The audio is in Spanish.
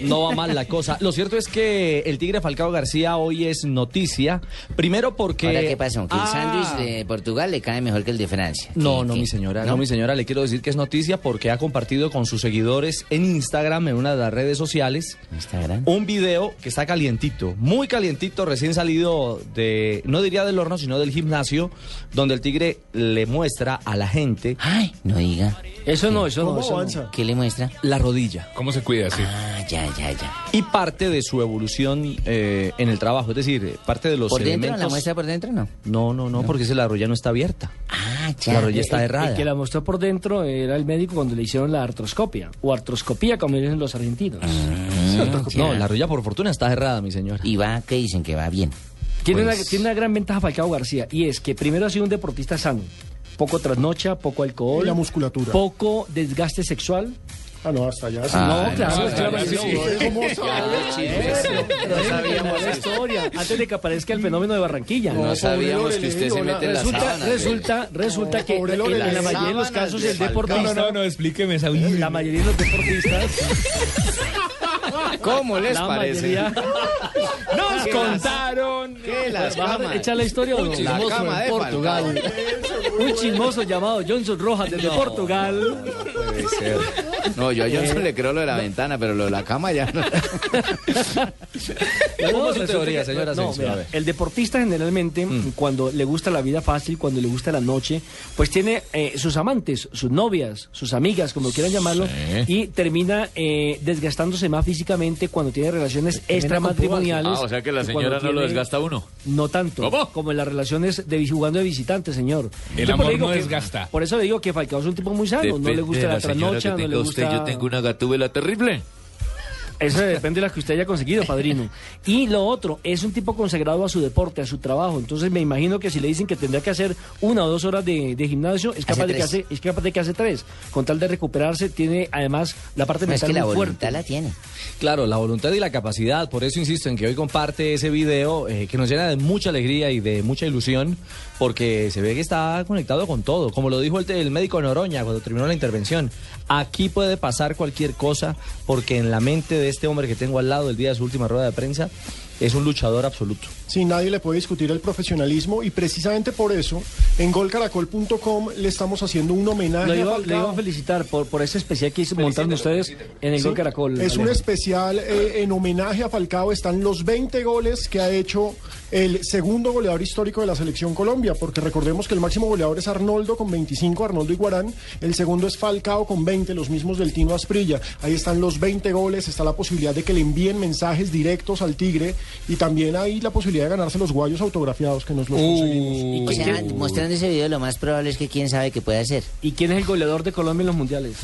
No va mal la cosa. Lo cierto es que el Tigre Falcao García hoy es noticia. Primero porque. Ahora, ¿qué pasó? Que el Ah, sándwich de Portugal le cae mejor que el de Francia. No, ¿Qué, no, qué? mi señora, no, mi señora, le quiero decir que es noticia porque ha compartido con sus seguidores en Instagram, en una de las redes sociales, Instagram. un video que está calientito, muy calientito, recién salido de, no diría del horno, sino del gimnasio, donde el tigre le muestra a la gente Ay, no diga. Eso no, eso no. Eso no. ¿Qué le muestra? la rodilla ¿Cómo se cuida así? Ah, ya, ya, ya. y parte de su evolución eh, en el trabajo, es decir, eh, parte de los ¿Por dentro? elementos. ¿La muestra por dentro no? No, no, no, porque esa la rodilla no está abierta. Ah, ya. La rodilla Eh, está eh, de errada. El que la mostró por dentro era el médico cuando le hicieron la artroscopia. O artroscopía, como dicen los argentinos. Ah, mm, ya. No, la rodilla por fortuna está cerrada, mi señora. Y va, ¿qué dicen? Que va bien. Tiene, Pues- una, tiene una gran ventaja Falcao García y es que primero ha sido un deportista sano. Poco trasnocha, poco alcohol. Y la musculatura. Poco desgaste sexual. Ah, no, hasta allá. sí. Ah, no, claro, claro, sí, sí. no, no, Usted cómo sabe. no sabíamos la historia. Antes de que aparezca el fenómeno de Barranquilla. No, sabíamos pobre que usted se Loreley, mete en la resulta, sábana. resulta, resulta que Pobre en Lorena, la mayoría de los sábanas casos de el Falcao. deportista, explíqueme esa la mayoría de los deportistas, ¿Cómo les la parece? mayoría, ¡Nos contaron! ¿Qué las Vamos camas? a echar la historia. o no? La cama de Pues Portugal. Un chismoso llamado Johnson Rojas desde Portugal. No, yo a Johnson le creo lo de la ventana, pero lo de la cama ya no. ¿Cómo es su resulta teoría, que- señora no, Asensio? mira, A ver. Mm. El deportista generalmente, cuando le gusta la vida fácil, cuando le gusta la noche, pues tiene eh, sus amantes, sus novias, sus amigas, como quieran llamarlo, y termina eh, desgastándose más físicamente cuando tiene relaciones extramatrimoniales. Ah, o sea que la y cuando señora no lo tiene- desgasta uno. No tanto, ¿Cómo? como en las relaciones de jugando de visitante, señor. El Yo amor por eso digo no que- desgasta. Por eso le digo que Falcao es un tipo muy sano, no le gusta la, trasnocha, no le gusta... una gatúbela terrible. Eso depende de las que usted haya conseguido, padrino. Y lo otro, es un tipo consagrado a su deporte, a su trabajo. Entonces me imagino que si le dicen que tendrá que hacer una o dos horas de, de gimnasio, es capaz, Hace de que tres. hace, es capaz de que hace tres. Con tal de recuperarse, tiene además la parte No, es mental que la muy voluntad fuerte. la tiene. Claro, la voluntad y la capacidad, por eso insisto en que hoy comparte ese video eh, que nos llena de mucha alegría y de mucha ilusión, porque se ve que está conectado con todo, como lo dijo el, te- el médico Noroña cuando terminó la intervención, aquí puede pasar cualquier cosa, porque en la mente de este hombre que tengo al lado el día de su última rueda de prensa, es un luchador absoluto. Sí, nadie le puede discutir el profesionalismo y precisamente por eso en golcaracol.com le estamos haciendo un homenaje Lo a iba, Falcao. lo iba a felicitar por, por ese especial que hizo- montaron ustedes en el Sí, Gol Caracol. Es un Alejo. especial eh, en homenaje a Falcao. Están los 20 goles que ha hecho el segundo goleador histórico de la selección Colombia, porque recordemos que el máximo goleador es Arnoldo con 25, Arnoldo Iguarán. El segundo es Falcao con 20, los mismos del Tino Asprilla. Ahí están los 20 goles, está la posibilidad de que le envíen mensajes directos al Tigre y también hay la posibilidad de ganarse los guayos autografiados que nos los conseguimos. O sea, mostrando ese video lo más probable es que quién sabe qué puede hacer. ¿Y quién es el goleador de Colombia en los mundiales?